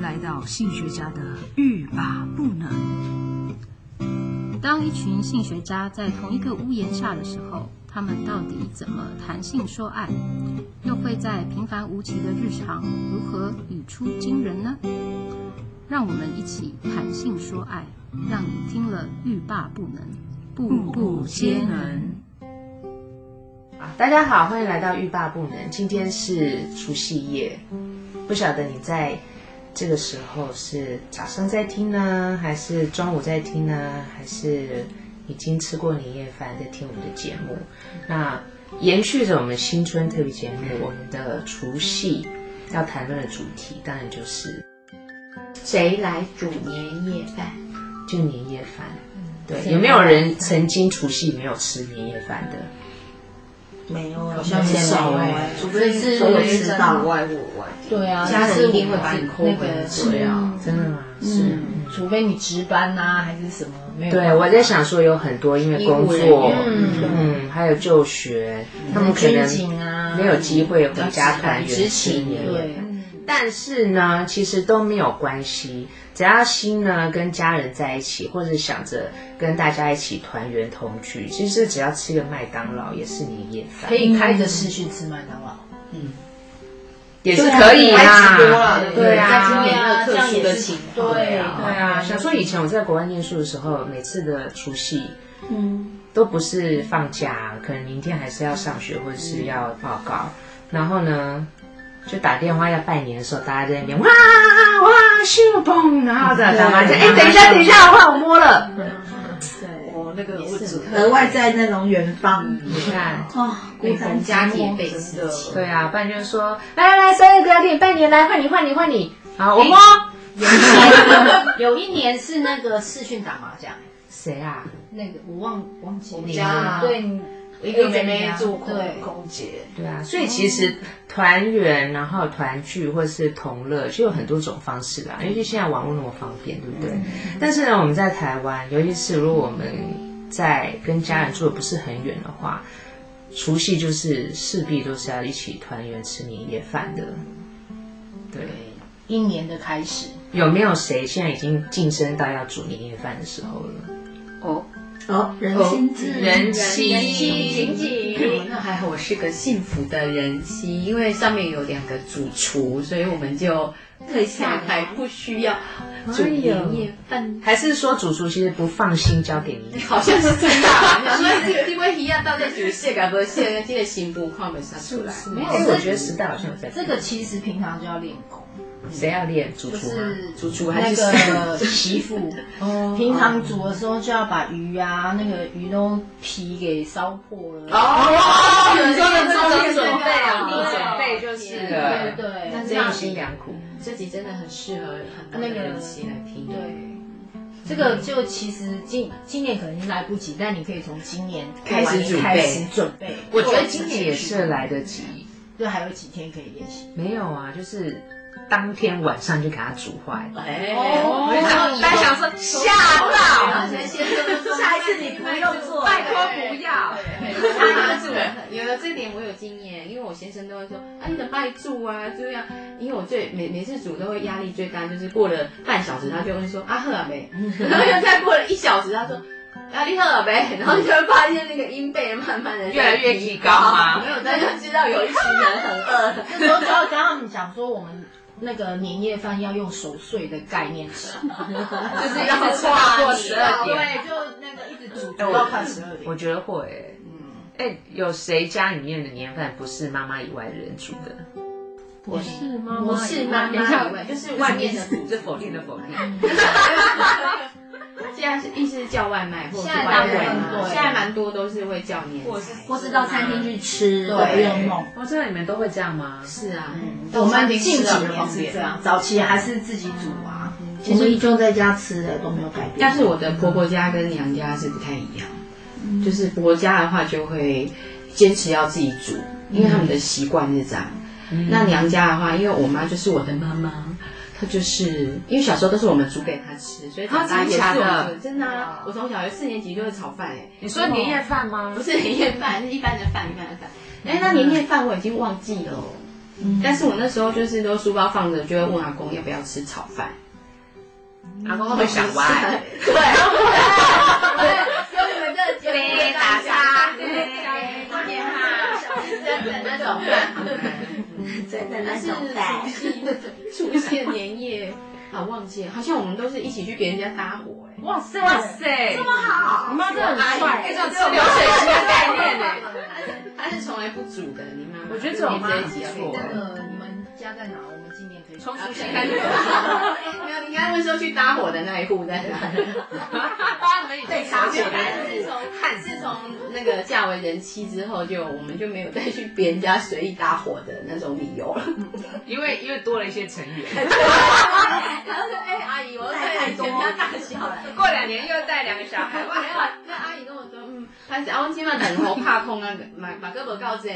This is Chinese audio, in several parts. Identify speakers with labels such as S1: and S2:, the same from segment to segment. S1: 来到性学家的欲罢不能。
S2: 当一群性学家在同一个屋檐下的时候，他们到底怎么谈性说爱？又会在平凡无奇的日常如何语出惊人呢？让我们一起谈性说爱，让你听了欲罢不能，步步皆能。
S3: 大家好，欢迎来到欲罢不能。今天是除夕夜，不晓得你在这个时候是早上在听呢，还是中午在听呢，还是已经吃过年夜饭在听我们的节目？那延续着我们新春特别节目，我们的除夕要谈论的主题，当然就是
S4: 谁来煮年夜饭？
S3: 就年夜饭。对，
S4: 谁
S3: 有没有
S4: 来
S3: 人曾经除夕没有吃年夜饭的？
S4: 没有，好
S3: 像很少哎
S4: 除非是
S5: 所有
S4: 吃
S5: 吃
S4: 到
S5: 到
S4: 外国外地。
S5: 对啊，
S4: 家
S5: 是
S4: 事一定会把你
S5: 自
S4: 扣
S5: 那
S4: 回
S5: 个
S4: 来
S5: 对啊，
S3: 真的吗？
S5: 嗯，除非你值班呐、还是什么，没有办
S3: 对，
S5: 法。
S3: 我在想说，有很多因为工
S5: 医护
S3: 作，
S5: 人员
S3: 嗯，还有就学，
S5: 嗯
S3: 他们可
S5: 军
S3: 能
S5: 警啊，
S3: 没有机会回家团
S5: 要执
S3: 圆吃
S5: 勤
S3: 年夜。
S5: 对，
S3: 但是呢，其实都没有关系，只要心呢跟家人在一起，或者想着跟大家一起团圆同聚，其实只要吃个麦当劳也是年夜饭
S5: 可，以开着视讯吃麦啊当劳。
S3: 也是
S5: 啊
S3: 可以啦。
S4: 还吃多了对不对
S3: 对啊，
S4: 在今年那个
S5: 这
S4: 特
S5: 样
S4: 殊
S5: 也
S4: 的
S5: 是
S4: 情
S5: 对
S4: 况
S3: 对啊，想说以前我在国外念书的时候，每次的除夕
S4: 嗯，
S3: 都不是放假，可能明天还是要上学或者是要报告，然后呢，就打电话要拜年的时候，大家在那边哇哇秀蹦，然后的
S5: 对
S3: 大妈就哎、
S5: 妈妈
S3: 等一下等一下，我我摸了，
S5: 对，
S4: 我那个我只
S5: 也是
S4: 额外在那种远方
S3: 你看。
S4: 哦，孤单
S5: 家
S4: 寂寞
S5: 庭被
S4: 真
S5: 刺
S4: 的
S5: 激
S3: 对啊，不然就是说，来来来，三个哥给你拜年，来换你换你换你，啊哎好，我摸
S5: 有一年是那个视讯打麻将，
S3: 谁啊？
S5: 那个我忘忘记
S3: 们
S5: 了。
S3: 家啊
S5: 对，你
S4: 我一个妹妹
S5: 对
S4: 做空空姐，
S3: 对啊，
S4: 哦
S3: 所以其实团圆，然后团聚或是同乐，就有很多种方式啦。尤其现在网络那么方便，对不
S4: 嗯
S3: 对？但是呢，我们在台湾，尤其是如果我们在跟家人住的不是很远的话，除夕就是势必都是要一起团圆吃年夜饭的。对，
S5: 一年的开始，
S3: 有没有谁现在已经晋升到要煮年夜饭的时候了？
S2: 哦，
S4: 哦，人心急，
S3: 人妻
S6: 人妻仅仅，那还好，我是个幸福的人妻，因为上面有两个主厨，所以我们就退下来，不需要煮
S3: 哎
S6: 年夜饭。
S3: 还是说主厨其实不放心交给你？
S6: 好像是真的啊，所以因为一样到底煮蟹干不蟹，这个行不看不下出来。
S5: 没有
S3: 哎，我觉
S5: 这
S3: 得时代好像有在
S5: 这个其实平常就要练功，
S3: 谁要练主
S5: 就
S3: 厨啊吗？
S5: 是
S6: 主厨还
S5: 那
S6: 是
S5: 个媳妇。
S6: 哦
S5: 平常煮的时候就要把鱼啊，那个鱼都皮给烧破了。
S6: 哦，
S3: 你说的
S6: 这
S3: 这
S6: 种
S3: 种准备
S6: 啊
S3: 啊，你准备就是
S5: 对
S3: 了
S5: 对对，
S6: 那
S3: 真用心良苦。
S6: 这集真的很适合很多的人妻来听。
S5: 对，这个就其实今今年可能来不及，但你可以从今年
S6: 开始准备
S5: 开始准备。
S3: 我觉得今年也是来得及。
S5: 就还有几天可以练习。
S3: 没有啊，就是当天晚上就给它煮坏。
S6: 哎，
S5: 哦
S3: 大家想说吓到，
S6: 先先生就说
S4: 下一次你不用做了，
S3: 拜托不要。
S6: 他就是有了这点我有经验，因为我先生都会说
S5: 嗯
S6: 啊，你怎么卖住啊？就要，因为我最每每次煮都会压力最大，就是过了半小时，他就会说啊喝了 没，然后又再过了一小时，他说。啊，你喝 了没？然后就会发现那个音贝慢慢的
S3: 越来越提高啊
S6: 没有，他就知道有一群人很饿了。
S5: 那时候就要跟他们讲说，我们那个年夜饭要用守岁的概念吃，
S6: 就是要跨过
S3: 点
S6: 12
S5: 对，就那个一直煮煮到快十二点
S3: 我。觉得会。哎，有谁家里面的年饭不是妈妈以外的人煮的？
S5: 不是吗
S6: 不是妈妈以外，就是外面的主
S3: 这否定的否定。
S6: 现在是意思是叫外卖或者
S5: 现在
S6: 是
S5: 大
S6: 外
S5: 部分
S6: 卖
S5: 对
S6: 现在蛮多都是会叫年菜，
S4: 或是到餐厅去吃，
S5: 对
S4: 都不用弄。
S3: 哦，真的你们都会这样吗？
S6: 是啊，
S4: 嗯
S5: 我们近几年是这样，早期还是自己煮啊。
S4: 其实一周在家吃的都没有改变，
S6: 但是我的婆婆家跟娘家是不太一样，就是婆婆家的话就会坚持要自己煮，因为他们的习惯是这样。
S3: 嗯
S6: 那娘家的话，因为我妈就是我的妈妈。她就是因为小时候都是我们煮给她吃，所以长大
S3: 啊
S6: 也
S3: 真的
S6: 是
S3: 假
S6: 我
S3: 的
S6: 们煮真的啊！我从小学四年级就是炒饭哎、
S3: 你说年夜饭吗嗯
S6: 不？是年夜饭，是一般的饭，一般的饭。哎，那年夜饭我已经忘记了哦，
S3: 嗯
S6: 但是我那时候就是都书包放着，就会问阿公要不要吃炒饭。阿
S3: 哦
S6: 公会
S3: 啊
S6: 想 歪，对，
S5: 有你们这节
S6: 对，打叉，对，过年嘛，小时真的那种饭。
S4: 真的
S6: 但
S4: 那
S6: 是
S4: 种带，
S6: 除夕，除夕的年夜啊，忘记了，好像我们都是一起去别人家搭伙哎。
S5: 哇塞
S3: 哇塞，这么好，你妈真的很帅，可以这种流水席的概念呢。
S6: 他是从来不煮的，你妈妈。
S3: 我觉得这种妈
S6: 这
S3: 很
S6: 一
S3: 不
S6: 集要给
S3: 错
S6: 大家
S5: 那个你们家在哪？我们今年可以
S3: 从
S6: 啊
S3: 出
S6: 谁
S3: 现 开
S6: 看你
S3: 始
S6: 没，有，你刚刚说去搭伙的那一户在哪？
S3: 他们对
S6: 搭伙是从汉是从那个嫁为人妻之后就，我们就没有再去别人家随意搭伙的那种理由了。
S3: 因为因为多了一些成员，
S6: 然后说：“哎、阿姨，我带全家大小来。”
S3: 过两年又带两个小孩，
S6: 没有，那阿姨跟我说，嗯，她是阿翁今晚等候怕空啊，马马胳膊告知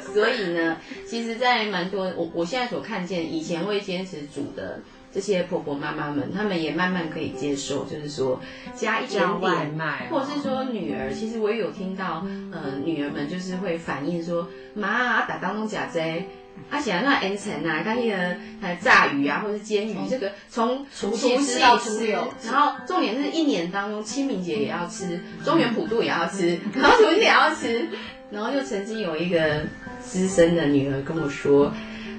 S6: 所以呢，其实，在蛮多我我现在所看见，以前会坚持煮的这些婆婆妈妈们，她们也慢慢可以接受，就是说加一点
S3: 叫外
S5: 啊
S6: 点。
S3: 卖，
S6: 或者是说女儿，其实我也有听到，
S5: 嗯
S6: 呃，女儿们就是会反映说，妈啊，打当中假这，啊，想要那 N 层啊，刚那个呃炸鱼啊，或者是煎鱼，这个从
S5: 除夕
S6: 夕
S5: 吃
S6: 吃
S5: 到初六
S6: 然后重点是一年当中，清明节也要吃，
S5: 嗯
S6: 中原普渡也要 吃，然后除夕也要吃，然后就曾经有一个资深的女儿跟我说，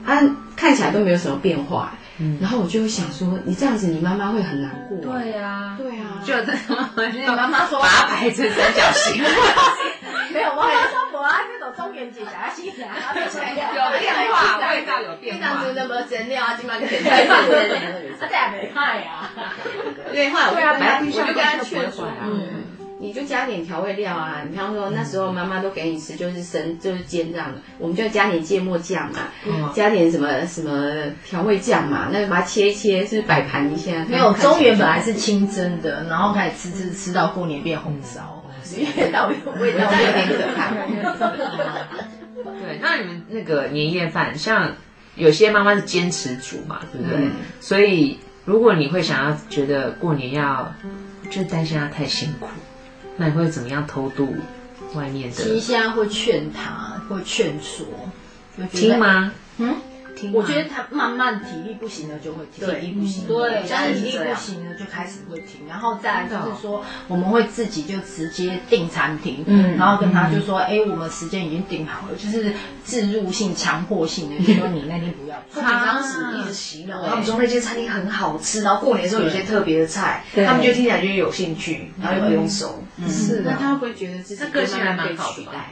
S6: 啊，看起来都没有什么变化，
S3: 嗯
S6: 然后我就会想说，你这样子，你妈妈会很难过，
S5: 对呀，
S6: 对啊，
S3: 就这
S5: 你妈妈说
S3: 八百成三角形，
S5: 没有，妈妈说我啊，这种中元节假期啊，没钱的
S3: 有变化，味道有变
S6: 非常
S3: 化
S6: 足。的没真料啊，今晚就很开心
S5: 他这也没看呀，
S6: 对，后来我就
S3: 对啊，
S6: 跟
S3: 本来
S6: 他，
S3: 地
S6: 我
S3: 上
S6: 就跟他劝
S3: 出
S6: 说，
S3: 来啊，
S6: 嗯，你就加点调味料啊。你看说那时候妈妈都给你吃，就是生就是煎这样的，我们就加点芥末酱嘛，
S3: 嗯
S6: 加点什么什么调味酱嘛，那就把它切一切，是不是摆盘一下。
S5: 没有中元本来是清蒸的，然后开始吃吃吃到过年变红烧，味道味
S6: 味道
S5: 道
S6: 有点可怕。
S3: 对，那你们那个年夜饭，像有些妈妈是坚持煮嘛，对不对？
S6: 嗯
S3: 所以如果你会想要觉得过年要，就担心她太辛苦，那你会怎么样偷渡外面
S5: 其实
S3: 的？
S5: 现在会劝他，会劝说，就觉得
S3: 听？吗？
S5: 嗯，
S3: 听吗
S5: 我觉得他慢慢体力不行了就会停，
S6: 对
S5: 体力不行了，
S6: 对
S5: 但嗯是
S6: 是
S5: 体力
S6: 这
S5: 不
S6: 样
S5: 行了就开始会停，然后再来就是说我们会自己就直接订餐厅，
S6: 嗯
S5: 然后跟他就说，哎，我们时间已经定好了，就是自入性、强迫性的，就说你那天不要
S3: 啊
S5: 吃，
S7: 他们当时一直洗脑，
S6: 对
S7: 他们说那间餐厅很好吃，然后过年的时候有些特别的菜，
S3: 对
S7: 他们就听起来就有兴趣，然后又不用熟。
S3: 是
S6: 那他会不会觉得自己
S3: 他个性还
S6: 慢慢
S3: 蛮
S6: 被
S3: 好
S6: 取
S3: 的
S6: 代？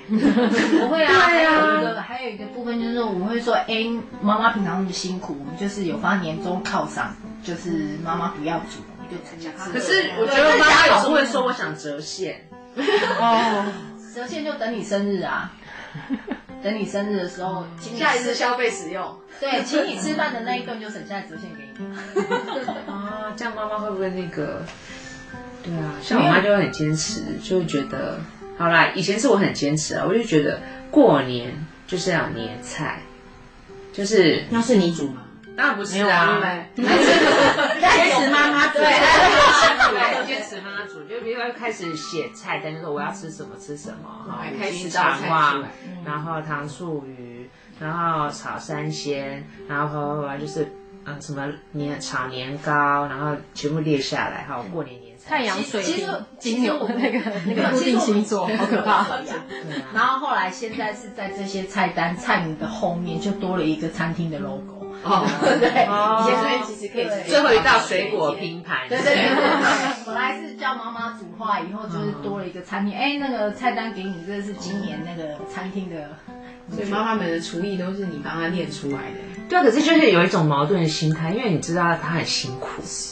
S5: 不会啊，还有一个还有一个部分就是说我们会说，哎、妈妈平常那么辛苦，我们就是有发年终犒赏，就是妈妈不要煮，我们就在家吃。
S3: 可是我觉得妈妈有时候会说，我想折现。哦，
S5: 蛇线就等你生日 啊，等你生日的时候，请你
S6: 下一次
S5: 吃
S6: 消费使用，
S5: 对，请你吃饭的那一顿就省下来折现给你。
S3: 啊，这样妈妈会不会那个？对啊，像我妈就会很坚持，就会觉得，好啦，以前是我很坚持啊，我就觉得过年就是要有年菜，就是
S6: 那是你煮吗？
S3: 当然不是啊，
S6: 啊，
S5: 坚持妈妈对，
S3: 对，坚持妈妈煮，就比如说开始写菜单，就说我要吃什么吃什么，
S6: 还
S3: 五
S6: 开
S3: 斤
S6: 始
S3: 肠
S6: 炒菜出
S3: 旺
S6: 来，
S3: 然后糖醋鱼，然后炒三鲜，然后啪啪啪就是。嗯，什么年炒年糕，然后全部列下来，还有过年年菜，
S5: 太阳水
S6: 其
S5: 瓶
S6: 实
S5: 金牛那个那
S6: 个固定星
S5: 座，好可怕。
S3: 对啊
S5: 然后后来现在是在这些菜单菜名的后面就多了一个餐厅的 logo，
S6: 哦，
S5: 对，
S3: 哦
S6: 以前这边其实可以直接
S3: 最后一道水果拼盘，
S5: 对对对对， 本来是叫妈妈煮话，以后就是多了一个餐厅，哎、那个菜单给你，这是今年那个餐厅的，
S6: 所以妈妈们的厨艺都是你帮她练出来的，
S3: 对啊，可是就是有一种矛盾的心态，因为你知道他很辛苦，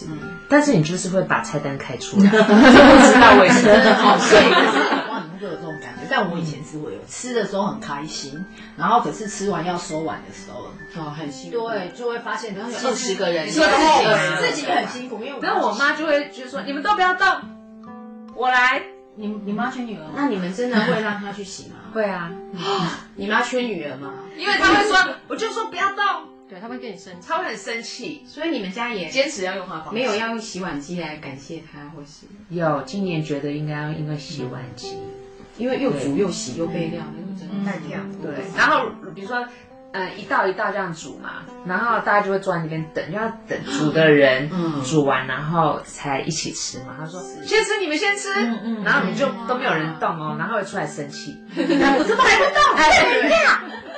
S5: 嗯
S3: 但是你就是会把菜单开出 来，就不知道为什么。
S5: 所以 就是哇，你们都有这种感觉。但我以前是会有，吃的时候很开心，然后可是吃完要收碗的时候，
S6: 哦，很辛苦。
S5: 对，就会发现然后
S6: 二十个人，
S3: 你说自己吗
S5: 自己很辛苦，因为我
S3: 然后我妈就会就说：“你们都不要动，我来。
S5: 你你妈缺女儿吗？
S6: 那你们真的会让他去洗”吗？
S3: 会啊，
S6: 你妈缺女儿吗？
S3: 因为她会说，我就说不要动，
S5: 对，她会跟你生
S3: 她会很生气。
S6: 所以你们家也
S3: 坚持要用她方
S6: 没有要用洗碗机来感谢她，或是
S3: 有今年觉得应该要因为洗碗机，
S6: 因为又煮又洗又备料，那种
S7: 真的太跳。
S6: 嗯
S3: 对，然后比如说，呃，一道一道这样煮嘛，然后大家就会坐在那边等，就要等煮的人
S7: 嗯
S3: 煮完，然后才一起吃嘛。他说先吃，你们先吃，
S4: 嗯
S3: 然后你就都没有人动哦，然后会出来生气。
S4: 我怎么 还不动？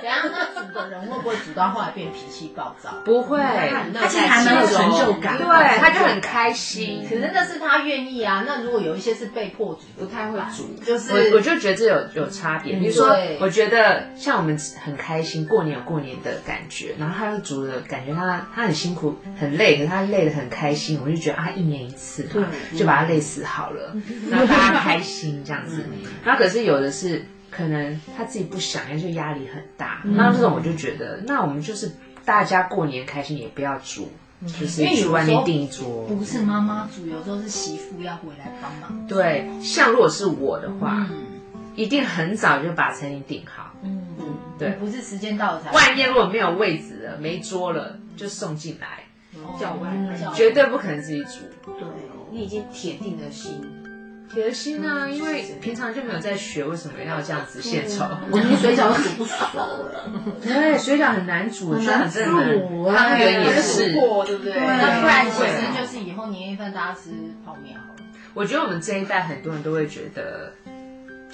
S5: 然后那煮的人会不会煮到后来变脾气暴躁？
S3: 不会，
S4: 他其实还蛮有成就感的。
S3: 对，他就很开心。
S5: 可是那是他愿意啊。那如果有一些是被迫煮，
S6: 不太会煮，
S5: 就是
S3: 我我就觉得这有有差别，比如说
S5: 嗯对，
S3: 我觉得像我们很开心，过年有过年的感觉，然后他又煮的感觉他他很辛苦很累，可是他累得很开心，我就觉得啊，一年一次嘛，就把他累死好 了，然后大家开心这样子。
S5: 嗯
S3: 然后可是有的是可能他自己不想，要，就压力很大，
S5: 嗯
S3: 那这种我就觉得，那我们就是大家过年开心也不要煮，就是
S5: 嗯因为有
S3: 去
S5: 时候嗯
S3: 外面订一桌，
S5: 不是妈妈煮，有时候是媳妇要回来帮忙。
S3: 对，像如果是我的话，
S5: 嗯
S3: 一定很早就把餐厅订好。
S5: 嗯，
S3: 对
S5: 不是时间到了才
S3: 外面如果没有位置了、没桌了，就送进来，
S6: 叫外卖
S5: 叫
S3: 绝对不可能自己煮。
S4: 对，
S6: 你已经铁定了心，
S3: 铁心啊，因为平常就没有在学，为什么要这样子献丑？
S4: 我们水饺都煮 不熟了。
S3: 嗯对，水饺很难煮，水饺真的
S4: 很
S3: 很
S4: 难煮
S3: 汤圆也
S6: 煮
S3: 是。
S6: 过对不对？
S5: 那
S6: 那
S5: 不然
S6: 不然
S5: 其
S6: 其
S5: 实
S6: 实
S5: 就
S6: 就是
S5: 以后年夜饭大家吃泡面好了。
S3: 我觉得我们这一代很多人都会觉得，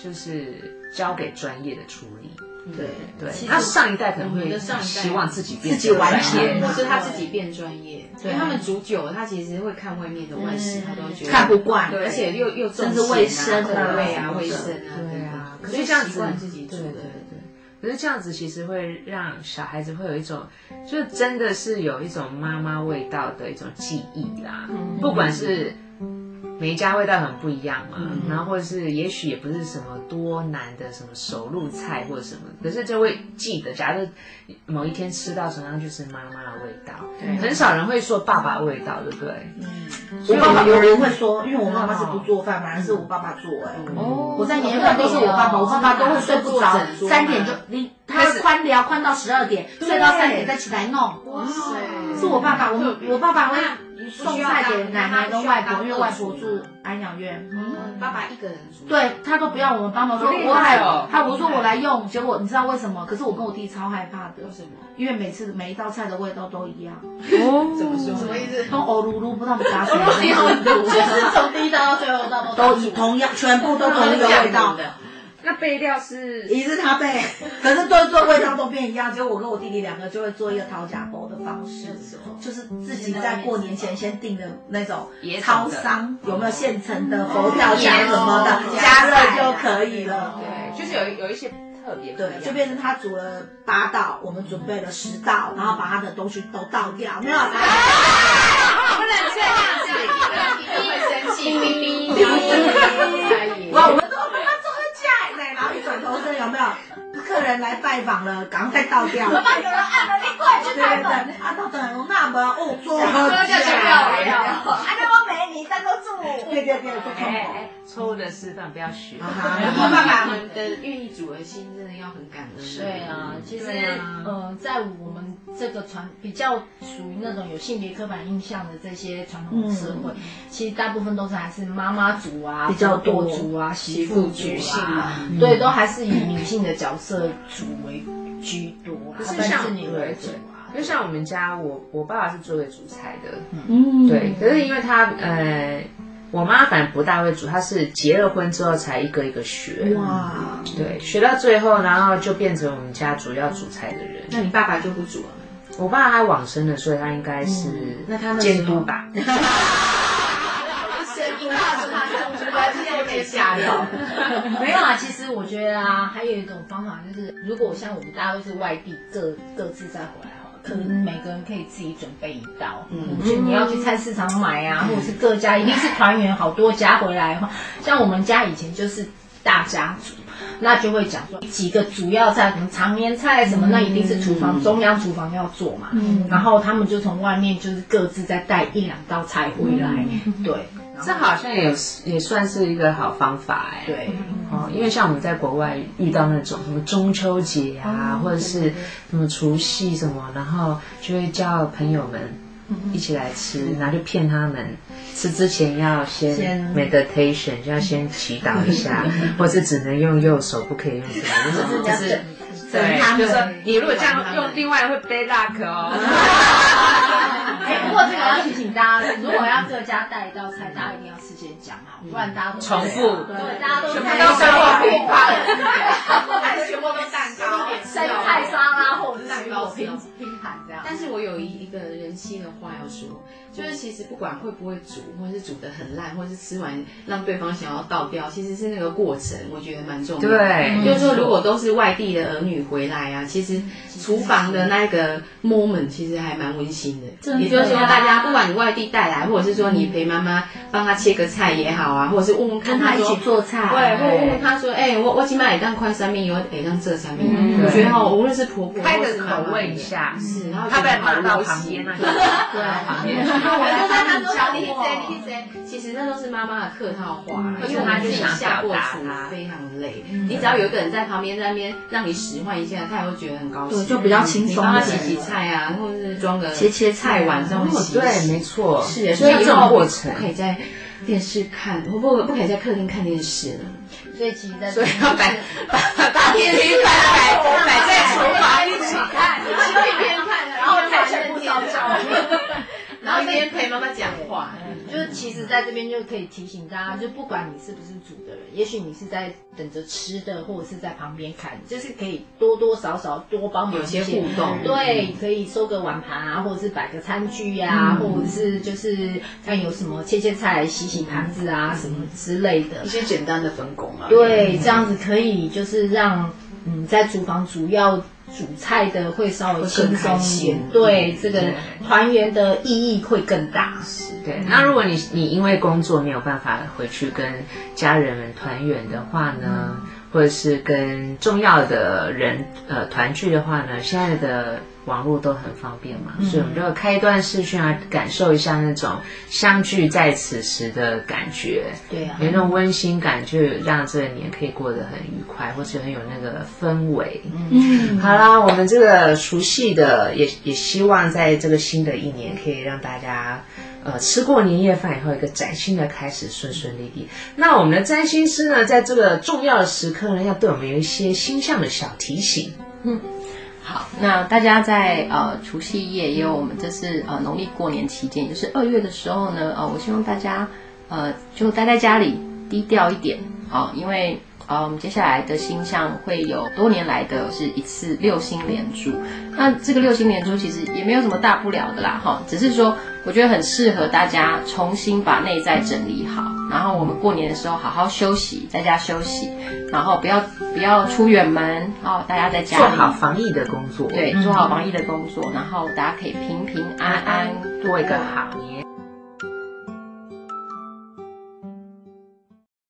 S3: 就是交给专业的处理。
S4: 对，
S3: 对
S6: 其，实
S3: 那上一代可能
S6: 我们
S3: 会
S6: 的上一代
S3: 希望自己变
S4: 自己完成
S3: 专业
S6: 或是他自己变专业，嗯因
S5: 对
S6: 为他们煮久了，他其实会看外面的外食，他都觉得
S4: 看不惯。
S6: 对，而且又又重
S4: 甚至卫生
S6: 口
S4: 啊
S6: 味啊、
S4: 什么的
S6: 卫生啊，
S3: 对啊，可
S6: 所以
S3: 是这样
S6: 习
S3: 子
S6: 惯自己做
S3: 对
S6: 的
S3: 对对。可是这样子其实会让小孩子会有一种，就真的是有一种妈妈味道的一种记忆啦。不管是每一家味道很不一样嘛，然后或者是也许也不是什么多难的什么手路菜或者什么，可是就会记得。假如某一天吃到什么样，就是妈妈的味道。很少人会说爸爸味道，对不对？
S4: 我爸爸有人会说，因为我妈妈是不做饭，反而是我爸爸做。哎，
S5: 嗯
S3: 哦
S4: 我在年夜饭都是我爸爸，我爸爸都会睡不着，三点就你他会宽聊宽到十二点，睡到三点再起来弄。
S6: 哇塞，
S4: 是我爸爸，我我爸爸会
S6: 你不
S4: 送
S6: 需要
S4: 菜
S6: 当
S4: 给奶奶跟外婆，因为外婆，
S6: 妈妈不需要
S4: 住
S6: 当
S4: 安养院。
S6: 嗯爸爸一个人煮，
S4: 对他都不要我们帮忙，说
S3: 好厉
S4: 我
S3: 害
S4: 还
S3: 哦
S4: 他我说我来用，结果你知道为什么？可是我跟我弟超害怕的
S6: 为，什么？
S4: 因为每次每一道菜的味道都一样，
S6: 怎么说？什么意思？
S4: 跟欧噜噜不知道打什么一样，
S5: 就是从第一道到最后一道
S4: 都一同样，全部都同一个味道。
S3: 那备料是
S4: 一是他被，可是做一做味道都变一样，结果我跟我弟弟两个就会做一个讨价包的方式，就是自己在过年前先订的那种
S3: 野草
S4: 超
S3: 的
S4: 商有没有现成的佛跳墙什么
S6: 哦
S4: 的，加热就可以了。
S3: 对，就是有有一些特别不一样
S4: 对，就变成他煮了八道，我们准备了十道，然后把他的东西都倒掉，没有啦。
S3: 不能这样子。
S6: 会生气，哔哔哔
S4: 哇，我们都把它做下来，然后一转头是有没有客人来拜访了，赶快倒掉。我们有人按了，你快去开门。啊，倒掉了，那么哦，做喝
S6: 漂
S4: 啊，
S6: 亮，
S4: 那我没你三个住。 对对对，不痛
S3: 哎
S4: 苦。
S3: 哎，错误的示范不要学。
S4: 啊
S6: 然后爸爸们的愿意煮的心真的要很感恩。
S5: 对啊，其实
S3: 对啊
S5: 呃，在我们这个传比较属于那种有性别刻板印象的这些传统的社会，其实大部分都是还是妈妈族啊、
S4: 比较
S5: 嗯多
S4: 多
S5: 族啊、媳妇族
S6: 女性
S5: 啊
S6: 啊，
S5: 对，都还是以女性的角色主为居多啦，
S3: 可是
S5: 不然就是
S3: 像
S5: 女儿族啊。
S3: 就像我们家，我我爸爸是最会煮菜的，
S4: 嗯，
S3: 对。可是因为他呃，我妈反正不大会煮，她是结了婚之后才一个一个学，
S4: 哇，
S3: 对，学到最后，然后就变成我们家主要煮菜的人。
S6: 那你爸爸就不煮了吗？
S3: 我爸他往生了，所以他应该是
S4: 那他那时候
S3: 监督吧，
S6: 我觉得今天有点吓到。
S5: 没有啊，其实我觉得啊，还有一种方法就是，如果像我们大家都是外地各各自再回来好了，可能每个人可以自己准备一道，嗯，就你要去菜市场买啊，或者是各家一定是团圆好多家回来的话，像我们家以前就是大家族。那就会讲说几个主要菜，什么长年菜什么，那一定是厨房、中央厨房要做嘛。然后他们就从外面就是各自再带一两道菜回来，对，然
S3: 这
S5: 后
S3: 好像也是也算是一个好方法哎、
S5: 对。
S3: 哦，因为像我们在国外遇到那种什么中秋哦节啊，或者是什么除夕什么，然后就会叫朋友们一起来吃，然后就骗他们吃之前要先 meditation，就要先祈祷一下， 或是只能用右手，不可以用什么，就是就
S4: 要
S3: 是
S4: 整整他
S3: 对，就
S4: 们
S3: 说你如果这样用另外会 bad luck 哦。
S5: 哎，不过这个要提醒大家，如果要各家带一道菜，大家一定要事先讲好，
S6: 嗯
S5: 不然大家都
S3: 重复
S5: 对，大家都
S3: 全部
S5: 太
S3: 都生活拼
S6: 但是全部都蛋 糕，
S5: 生菜沙拉或者是 水果拼拼盘这样。
S6: 但是我有一一个人性的话要说，就是其实不管会不会煮，或是煮的很烂，或是吃完让对方想要倒掉，其实是那个过程，我觉得蛮重要的。
S3: 对
S6: 就是说如果都是外地的儿女回来啊，其实厨房的那个 moment 其实还蛮温馨的。也就是说，大家不管你外地带来，或者是说你陪妈妈帮她切个菜也好啊，或者是问问看
S4: 跟他一
S6: 说
S4: 起做菜，
S6: 对，或问问他说，哎、我我起码也当宽三面，有也当这三面。
S3: 嗯
S6: 我觉得哦，无论是婆婆
S3: 开
S6: 或是
S3: 个
S6: 妈妈
S3: 口问一，下，
S6: 是，嗯然后
S3: 他被
S6: 被
S3: 骂到旁边那啊个，嗯 对，旁边。
S6: 我就在他说你谁你谁，其实那都是妈妈的客套话
S3: 嗯
S6: 啦，因为我们自己下过厨非常累，你只要有一个人在旁边在那边让你使唤一下，他也会觉得很高兴，
S4: 对就比较轻
S6: 你
S4: 松
S6: 帮他
S4: 的
S6: 洗洗菜啊，或者是装个哦
S4: 切切菜
S6: 碗这种洗洗。
S3: 哦对，没错，
S6: 是的，所
S3: 所
S6: 以
S3: 以这
S6: 以后
S3: 种过程
S6: 不可以在电视看，不不不可以在客厅看电视了，
S5: 所以其实在
S6: 所以要摆 把把电视摆 摆摆在厨 房一起 看，然后一边看，然后
S5: 菜全部烧焦
S6: 然后一边陪妈妈讲话。
S5: 就是其实在这边就可以提醒大
S7: 嗯
S5: 家，就不管你是不是煮的人，也许你是在等着吃的，或者是在旁边看，就是可以多多少少多帮忙
S6: 有
S5: 一
S6: 些互动
S5: 对，可以收个碗盘啊，或者是摆个餐具
S7: 嗯
S5: 呀、或者是就是看有什么切切菜、洗洗盘子啊、什么之类的
S7: 嗯一。些简单的分工啊。
S5: 对，这样子可以就是让嗯在厨房主要煮菜的会稍微轻松一点，对这
S7: 嗯
S5: 个团圆的意义会更大。
S3: 对，那如果你你因为工作没有办法回去跟家人们团圆的话呢，或者是跟重要的人呃团聚的话呢，现在的网络都很方便嘛，所以我们就开一段视讯啊，感受一下那种相聚在此时的感觉，
S5: 对啊，
S3: 有那种温馨感，就让这个年可以过得很愉快，或者很有那个氛围。嗯，好啦，我们这个除夕的也也希望在这个新的一年可以让大家。呃，吃过年夜饭以后，一个崭新的开始，顺顺利利。那我们的占星师呢，在这个重要的时刻呢，要对我们有一些星象的小提醒。
S8: 好，那大家在呃除夕夜，也有我们这是呃农历过年期间，也就是二月的时候呢，呃，我希望大家呃就待在家里，低调一点，好、因为呃我们接下来的星象会有多年来的是一次六星连珠，那这个六星连珠其实也没有什么大不了的啦，哈，只是说我觉得很适合大家重新把内在整理好，然后我们过年的时候好好休息，在家休息，然后不要不要出远门哦，大家在家里
S3: 做好防疫的工作，
S8: 对，做好防疫的工作，然后大家可以平平安安
S3: 做一个好年。